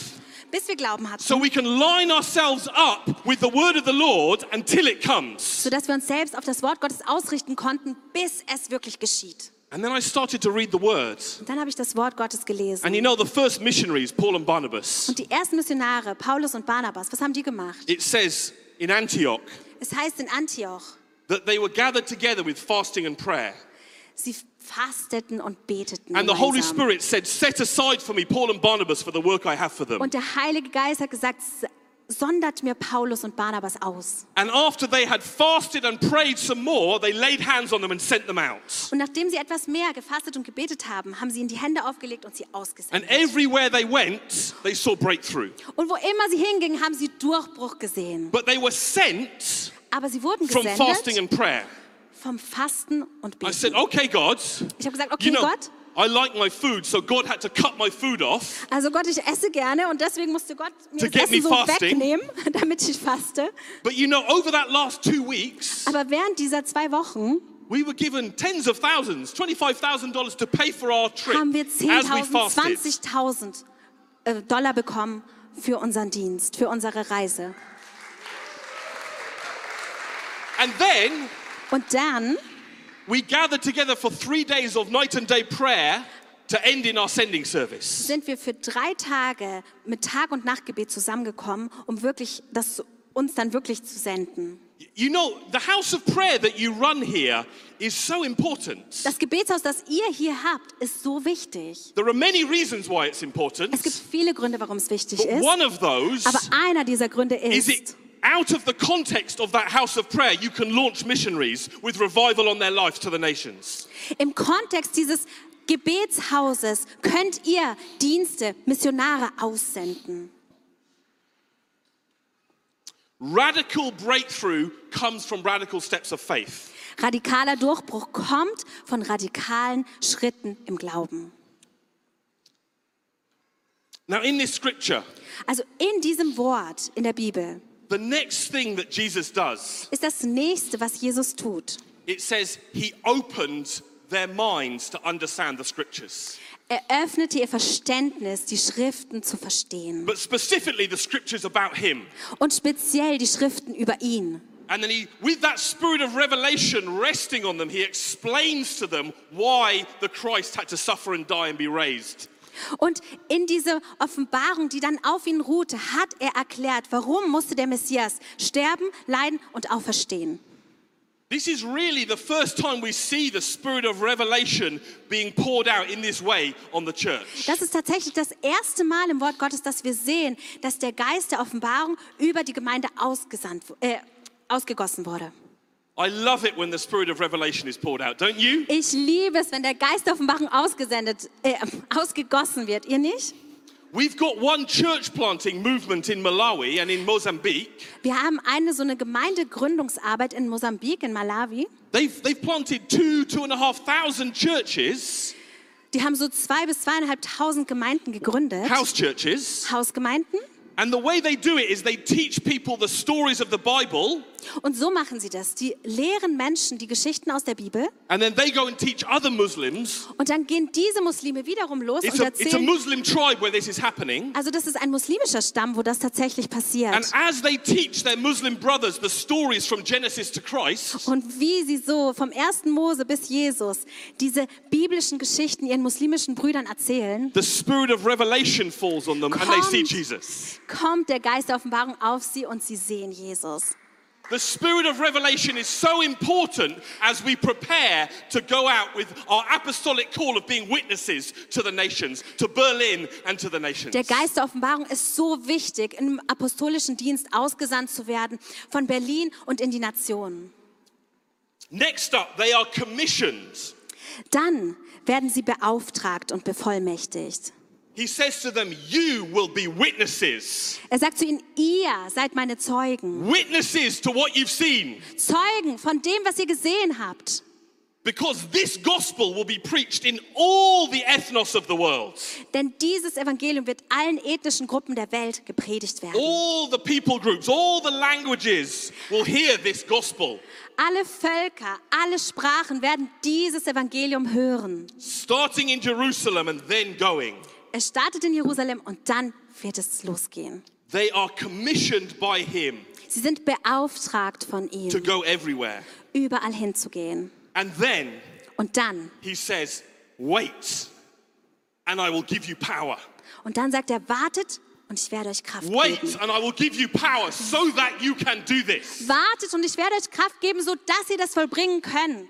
[SPEAKER 3] bis wir Glauben hatten,
[SPEAKER 2] so we can line ourselves up with the word of the Lord until it comes.
[SPEAKER 3] sodass wir uns selbst auf das Wort Gottes ausrichten konnten, bis es wirklich geschieht.
[SPEAKER 2] And then I started to read the words.
[SPEAKER 3] Und dann habe ich das Wort Gottes gelesen.
[SPEAKER 2] And you know, the first missionaries, Paul and Barnabas,
[SPEAKER 3] Und die ersten Missionare, Paulus und Barnabas, was haben die gemacht?
[SPEAKER 2] it says in Antioch
[SPEAKER 3] Es heißt in Antioch,
[SPEAKER 2] that they were gathered together with fasting and prayer.
[SPEAKER 3] sie fasteten und beteten.
[SPEAKER 2] And the Holy
[SPEAKER 3] gemeinsam.
[SPEAKER 2] Spirit said, Set aside for me Paul and Barnabas for the work I have for them.
[SPEAKER 3] Und der Heilige Geist hat gesagt, "S- sondert mir Paulus und Barnabas aus.
[SPEAKER 2] And after they had fasted and prayed some more, they laid hands on them and sent them out.
[SPEAKER 3] Und nachdem sie etwas mehr gefastet und gebetet haben, haben sie ihnen die Hände aufgelegt und sie
[SPEAKER 2] And
[SPEAKER 3] ausgesendet.
[SPEAKER 2] everywhere they went, they saw breakthrough.
[SPEAKER 3] Und wo immer sie hingingen, haben sie Durchbruch gesehen.
[SPEAKER 2] But they were sent
[SPEAKER 3] Aber sie wurden
[SPEAKER 2] from fasting
[SPEAKER 3] gesendet
[SPEAKER 2] and prayer.
[SPEAKER 3] vom Fasten und
[SPEAKER 2] I said,
[SPEAKER 3] Beten.
[SPEAKER 2] Okay, God,
[SPEAKER 3] Ich habe gesagt,
[SPEAKER 2] you
[SPEAKER 3] okay
[SPEAKER 2] know,
[SPEAKER 3] Gott,
[SPEAKER 2] I like my food, so God had to cut my food off.
[SPEAKER 3] also Gott, ich esse gerne und deswegen musste Gott
[SPEAKER 2] To
[SPEAKER 3] mir
[SPEAKER 2] get
[SPEAKER 3] das
[SPEAKER 2] me
[SPEAKER 3] Essen so
[SPEAKER 2] fasting.
[SPEAKER 3] wegnehmen, damit ich faste.
[SPEAKER 2] But you know, over that last two weeks,
[SPEAKER 3] Aber während dieser zwei Wochen
[SPEAKER 2] we were given tens of thousands, $25,000 to pay for our trip
[SPEAKER 3] haben wir
[SPEAKER 2] as we
[SPEAKER 3] 10.000,
[SPEAKER 2] fasted.
[SPEAKER 3] 20.000 äh, Dollar bekommen für unseren Dienst, für unsere Reise.
[SPEAKER 2] And then
[SPEAKER 3] Und dann
[SPEAKER 2] We gathered together for three days of night and day prayer to end in our sending service.
[SPEAKER 3] sind wir für drei Tage mit Tag- und Nachtgebet zusammengekommen, um wirklich das uns dann wirklich zu senden.
[SPEAKER 2] You know, the house of prayer that you run here is so important.
[SPEAKER 3] Das Gebetshaus, das ihr hier habt, ist so wichtig.
[SPEAKER 2] There are many reasons why it's
[SPEAKER 3] Es gibt
[SPEAKER 2] important,
[SPEAKER 3] viele Gründe, warum es wichtig
[SPEAKER 2] but
[SPEAKER 3] ist.
[SPEAKER 2] one of those
[SPEAKER 3] Aber einer dieser Gründe
[SPEAKER 2] is
[SPEAKER 3] ist,
[SPEAKER 2] it out of the context of that house of prayer, you can launch missionaries with revival on their life to the nations.
[SPEAKER 3] im Kontext dieses Gebetshauses könnt ihr Dienste, Missionare aussenden.
[SPEAKER 2] Radical breakthrough comes from radical steps of faith.
[SPEAKER 3] Radikaler Durchbruch kommt von radikalen Schritten im Glauben.
[SPEAKER 2] Now, in this scripture,
[SPEAKER 3] Also in diesem Wort in der Bibel
[SPEAKER 2] the next thing that Jesus does
[SPEAKER 3] ist das nächste, was Jesus tut.
[SPEAKER 2] it says he opened their minds to understand the scriptures,
[SPEAKER 3] Er öffnete ihr Verständnis, die Schriften zu verstehen.
[SPEAKER 2] but specifically the scriptures about him.
[SPEAKER 3] Und speziell die Schriften über ihn.
[SPEAKER 2] And then he, with that spirit of revelation resting on them, he explains to them why the Christ had to suffer and die and be raised.
[SPEAKER 3] Und in diese Offenbarung, die dann auf ihn ruhte, hat er erklärt, warum musste der Messias sterben, leiden und auferstehen.
[SPEAKER 2] This is really the first time we see the spirit of revelation being poured out in this way on the church.
[SPEAKER 3] Das ist tatsächlich das erste Mal im Wort Gottes, dass wir sehen, dass der Geist der Offenbarung über die Gemeinde ausgesandt, wu- äh, ausgegossen wurde.
[SPEAKER 2] I love it when the spirit of revelation is poured out, don't you?
[SPEAKER 3] Ich liebe es, wenn der Geist der Offenbarung ausgesendet, äh, ausgegossen wird. Ihr nicht?
[SPEAKER 2] We've got one church planting movement in Malawi and in Mozambique.
[SPEAKER 3] Wir haben eine so eine Gemeindegründungsarbeit in Mosambik, in Malawi.
[SPEAKER 2] They've, they've planted two, two and a half thousand churches,
[SPEAKER 3] Die haben so zwei bis zweieinhalbtausend Gemeinden gegründet.
[SPEAKER 2] house churches.
[SPEAKER 3] Hausgemeinden.
[SPEAKER 2] And the way they do it is they teach people the stories of the Bible
[SPEAKER 3] Und so machen sie das. Die lehren Menschen die Geschichten aus der Bibel
[SPEAKER 2] and then they go and teach other Muslims.
[SPEAKER 3] und dann gehen diese Muslime wiederum los
[SPEAKER 2] It's
[SPEAKER 3] und
[SPEAKER 2] a, it's a
[SPEAKER 3] erzählen.
[SPEAKER 2] Muslim tribe where this is happening.
[SPEAKER 3] Also das ist ein muslimischer Stamm, wo das tatsächlich
[SPEAKER 2] And
[SPEAKER 3] passiert.
[SPEAKER 2] as they teach their Muslim brothers the stories from Genesis to Christ,
[SPEAKER 3] Und wie sie so vom ersten Mose bis Jesus diese biblischen Geschichten ihren muslimischen Brüdern erzählen,
[SPEAKER 2] the spirit of revelation falls on them and they see
[SPEAKER 3] Kommt.
[SPEAKER 2] Jesus.
[SPEAKER 3] kommt der Geist der Offenbarung auf sie und sie sehen Jesus.
[SPEAKER 2] The spirit of revelation is so important as we prepare to go out with our apostolic call of being witnesses to the nations, to Berlin and to the nations.
[SPEAKER 3] Der Geist der Offenbarung ist so wichtig, im apostolischen Dienst ausgesandt zu werden von Berlin und in die Nationen.
[SPEAKER 2] Next up, they are commissioned.
[SPEAKER 3] Dann werden sie beauftragt und bevollmächtigt.
[SPEAKER 2] He says to them, You will be witnesses.
[SPEAKER 3] Er sagt zu ihnen, ihr seid meine Zeugen.
[SPEAKER 2] Witnesses to what you've seen.
[SPEAKER 3] Zeugen von dem, was ihr gesehen habt.
[SPEAKER 2] Because this gospel will be preached in all the ethnos of the world.
[SPEAKER 3] Denn dieses Evangelium wird allen ethnischen Gruppen der Welt gepredigt werden.
[SPEAKER 2] All the people groups, all the languages will hear this gospel.
[SPEAKER 3] Alle Völker, alle Sprachen werden dieses Evangelium hören.
[SPEAKER 2] Starting in Jerusalem and then going.
[SPEAKER 3] Es startet in Jerusalem und dann wird es losgehen.
[SPEAKER 2] They are commissioned by him
[SPEAKER 3] Sie sind beauftragt von
[SPEAKER 2] to
[SPEAKER 3] ihm,
[SPEAKER 2] go everywhere.
[SPEAKER 3] überall hinzugehen.
[SPEAKER 2] And then
[SPEAKER 3] Und dann,
[SPEAKER 2] he says, Wait, and I will give you power.
[SPEAKER 3] und dann sagt er, wartet und ich werde euch Kraft
[SPEAKER 2] Wait,
[SPEAKER 3] geben.
[SPEAKER 2] and I will give you power so that you can do this.
[SPEAKER 3] Wartet und ich werde euch Kraft geben, sodass ihr das vollbringen könnt.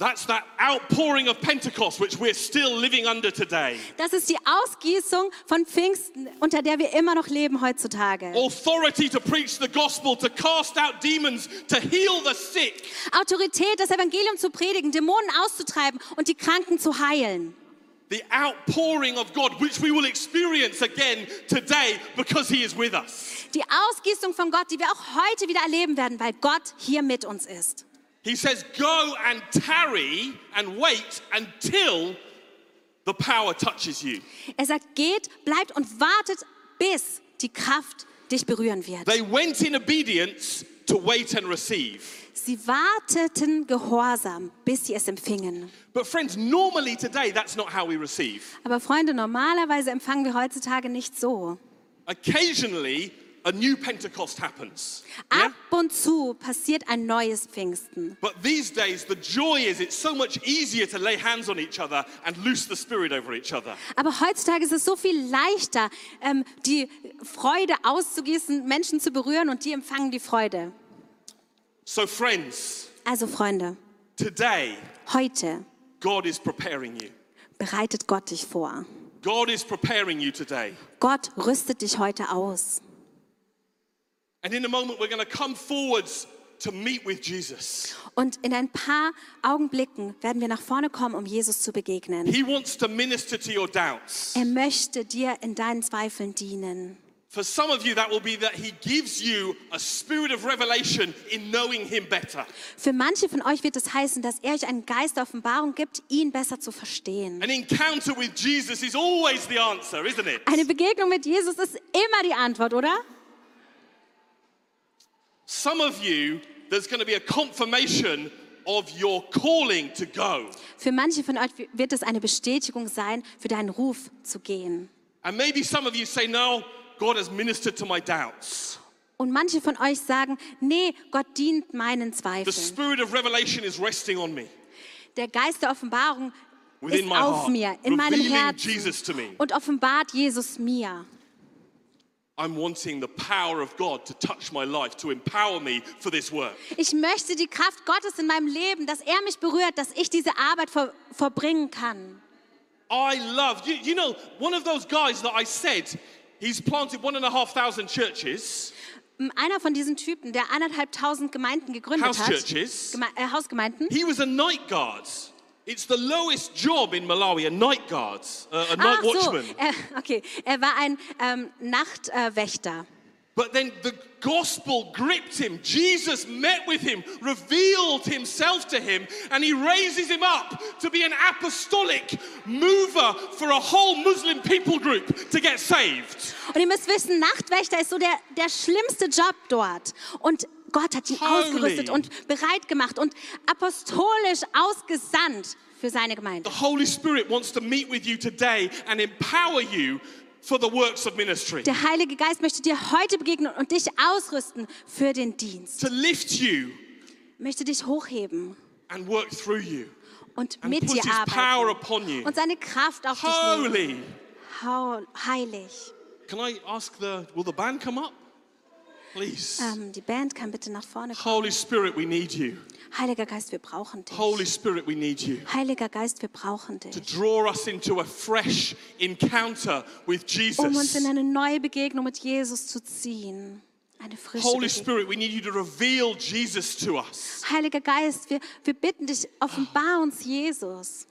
[SPEAKER 2] That's that outpouring of Pentecost, which we're still living under today.
[SPEAKER 3] Das ist die Ausgießung von Pfingsten, unter der wir immer noch leben heutzutage.
[SPEAKER 2] Oh. Authority to preach the gospel, to cast out demons, to heal the sick.
[SPEAKER 3] Autorität, das Evangelium zu predigen, Dämonen auszutreiben und die Kranken zu heilen.
[SPEAKER 2] The outpouring of God, which we will experience again today because He is with us.
[SPEAKER 3] Die Ausgießung von Gott, die wir auch heute wieder erleben werden, weil Gott hier mit uns ist.
[SPEAKER 2] He says, Go and tarry and wait until the power touches you.
[SPEAKER 3] Er sagt, geht, bleibt und wartet, bis die Kraft dich berühren wird.
[SPEAKER 2] They went in obedience to wait and receive.
[SPEAKER 3] Sie warteten gehorsam, bis sie es empfingen.
[SPEAKER 2] But, friends, normally today, that's not how we receive.
[SPEAKER 3] Aber Freunde, normalerweise empfangen wir heutzutage nicht so.
[SPEAKER 2] Occasionally, a new Pentecost happens. Yeah?
[SPEAKER 3] Ab und zu passiert ein neues Pfingsten.
[SPEAKER 2] But these days, the joy is it's so much easier to lay hands on each other and loose the spirit over each other.
[SPEAKER 3] Aber heutzutage ist es so viel leichter, ähm, die Freude auszugießen, Menschen zu berühren und die empfangen die Freude.
[SPEAKER 2] So, friends,
[SPEAKER 3] Also Freunde,
[SPEAKER 2] today,
[SPEAKER 3] heute
[SPEAKER 2] God is preparing you.
[SPEAKER 3] bereitet Gott dich vor.
[SPEAKER 2] God is preparing you today.
[SPEAKER 3] Gott rüstet dich heute aus.
[SPEAKER 2] And in a moment, we're going to come forwards to meet with Jesus.
[SPEAKER 3] Und in ein paar Augenblicken werden wir nach vorne kommen, um Jesus zu begegnen.
[SPEAKER 2] He wants to minister to your doubts.
[SPEAKER 3] Er möchte dir in deinen Zweifeln dienen.
[SPEAKER 2] For some of you, that will be that He gives you a spirit of revelation in knowing Him better.
[SPEAKER 3] Für manche von euch wird es heißen, dass er euch einen Geist der Offenbarung gibt, ihn besser zu verstehen.
[SPEAKER 2] An encounter with Jesus is always the answer, isn't it?
[SPEAKER 3] Eine Begegnung mit Jesus ist immer die Antwort, oder?
[SPEAKER 2] Some of you, there's going to be a confirmation of your calling to go.
[SPEAKER 3] Für manche von euch wird es eine Bestätigung sein, für deinen Ruf zu gehen.
[SPEAKER 2] And maybe some of you say, No, God has ministered to my doubts.
[SPEAKER 3] Und manche von euch sagen, nee, Gott dient meinen
[SPEAKER 2] The
[SPEAKER 3] Zweifeln.
[SPEAKER 2] spirit of revelation is resting on me.
[SPEAKER 3] Der Geist der Offenbarung
[SPEAKER 2] Within
[SPEAKER 3] ist
[SPEAKER 2] my
[SPEAKER 3] auf
[SPEAKER 2] heart,
[SPEAKER 3] mir, in meinem
[SPEAKER 2] revealing
[SPEAKER 3] Herzen
[SPEAKER 2] Jesus to me.
[SPEAKER 3] und offenbart Jesus mir.
[SPEAKER 2] I'm wanting the power of God to touch my life, to empower me for this work.
[SPEAKER 3] Ich möchte die Kraft Gottes in meinem Leben, dass er mich berührt, dass ich diese Arbeit vor, vorbringen kann.
[SPEAKER 2] I love, you, you know, one of those guys that I said, he's planted one and a half thousand churches.
[SPEAKER 3] Hm, Einer von diesen Typen, der eineinhalbtausend Gemeinden gegründet
[SPEAKER 2] House
[SPEAKER 3] hat,
[SPEAKER 2] churches.
[SPEAKER 3] Geme äh, Hausgemeinden,
[SPEAKER 2] He was a night guard It's the lowest job in Malawi, a night guard, uh, a night
[SPEAKER 3] Ach so,
[SPEAKER 2] watchman.
[SPEAKER 3] er, okay. Er war ein ähm, Nachtwächter. Äh, Wächter.
[SPEAKER 2] But then the gospel gripped him. Jesus met with him, revealed himself to him, and he raises him up to be an apostolic mover for a whole Muslim people group to get saved.
[SPEAKER 3] Und ihr müsst wissen, Nachtwächter ist so der, der schlimmste Job dort. Und Gott hat ihn
[SPEAKER 2] Holy.
[SPEAKER 3] ausgerüstet und bereit gemacht und apostolisch ausgesandt für seine Gemeinde.
[SPEAKER 2] The Holy Spirit wants to meet with you today and empower you for the works of ministry,
[SPEAKER 3] Der Heilige Geist möchte dir heute begegnen und dich ausrüsten für den Dienst.
[SPEAKER 2] to lift you
[SPEAKER 3] Möchte dich hochheben
[SPEAKER 2] and work through you.
[SPEAKER 3] und
[SPEAKER 2] And
[SPEAKER 3] mit
[SPEAKER 2] put
[SPEAKER 3] dir
[SPEAKER 2] his power
[SPEAKER 3] arbeiten
[SPEAKER 2] upon you.
[SPEAKER 3] und seine Kraft auf dich nehmen.
[SPEAKER 2] Holy.
[SPEAKER 3] Hau- Heilig.
[SPEAKER 2] Can I ask the will the band come up? Please.
[SPEAKER 3] Ähm, die Band kann bitte nach vorne kommen.
[SPEAKER 2] Holy Spirit, we need you.
[SPEAKER 3] Heiliger Geist, wir brauchen dich.
[SPEAKER 2] Holy Spirit, we need you.
[SPEAKER 3] Heiliger Geist, wir brauchen
[SPEAKER 2] to
[SPEAKER 3] dich,
[SPEAKER 2] draw us into a fresh encounter with Jesus.
[SPEAKER 3] um uns in eine neue Begegnung mit Jesus zu ziehen. Eine frische
[SPEAKER 2] Holy
[SPEAKER 3] Begegnung.
[SPEAKER 2] Spirit, we need you to reveal Jesus to us.
[SPEAKER 3] Heiliger Geist, wir, wir bitten dich, offenbar uns Jesus.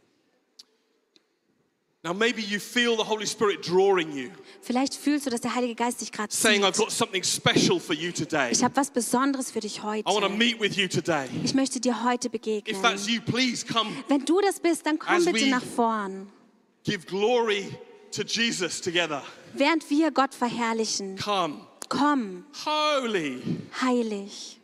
[SPEAKER 2] Now, maybe you feel the Holy Spirit drawing you,
[SPEAKER 3] Vielleicht fühlst du, dass der Heilige Geist dich gerade
[SPEAKER 2] saying, I've
[SPEAKER 3] zieht.
[SPEAKER 2] got something special for you today.
[SPEAKER 3] Ich habe was Besonderes für dich heute.
[SPEAKER 2] I want to meet with you today.
[SPEAKER 3] Ich möchte dir heute
[SPEAKER 2] If
[SPEAKER 3] begegnen.
[SPEAKER 2] that's you, please come
[SPEAKER 3] Wenn du das bist, dann komm
[SPEAKER 2] As
[SPEAKER 3] bitte
[SPEAKER 2] we-
[SPEAKER 3] nach vorn.
[SPEAKER 2] give glory to Jesus together.
[SPEAKER 3] Während wir Gott verherrlichen,
[SPEAKER 2] Come.
[SPEAKER 3] komm,
[SPEAKER 2] Holy.
[SPEAKER 3] heilig.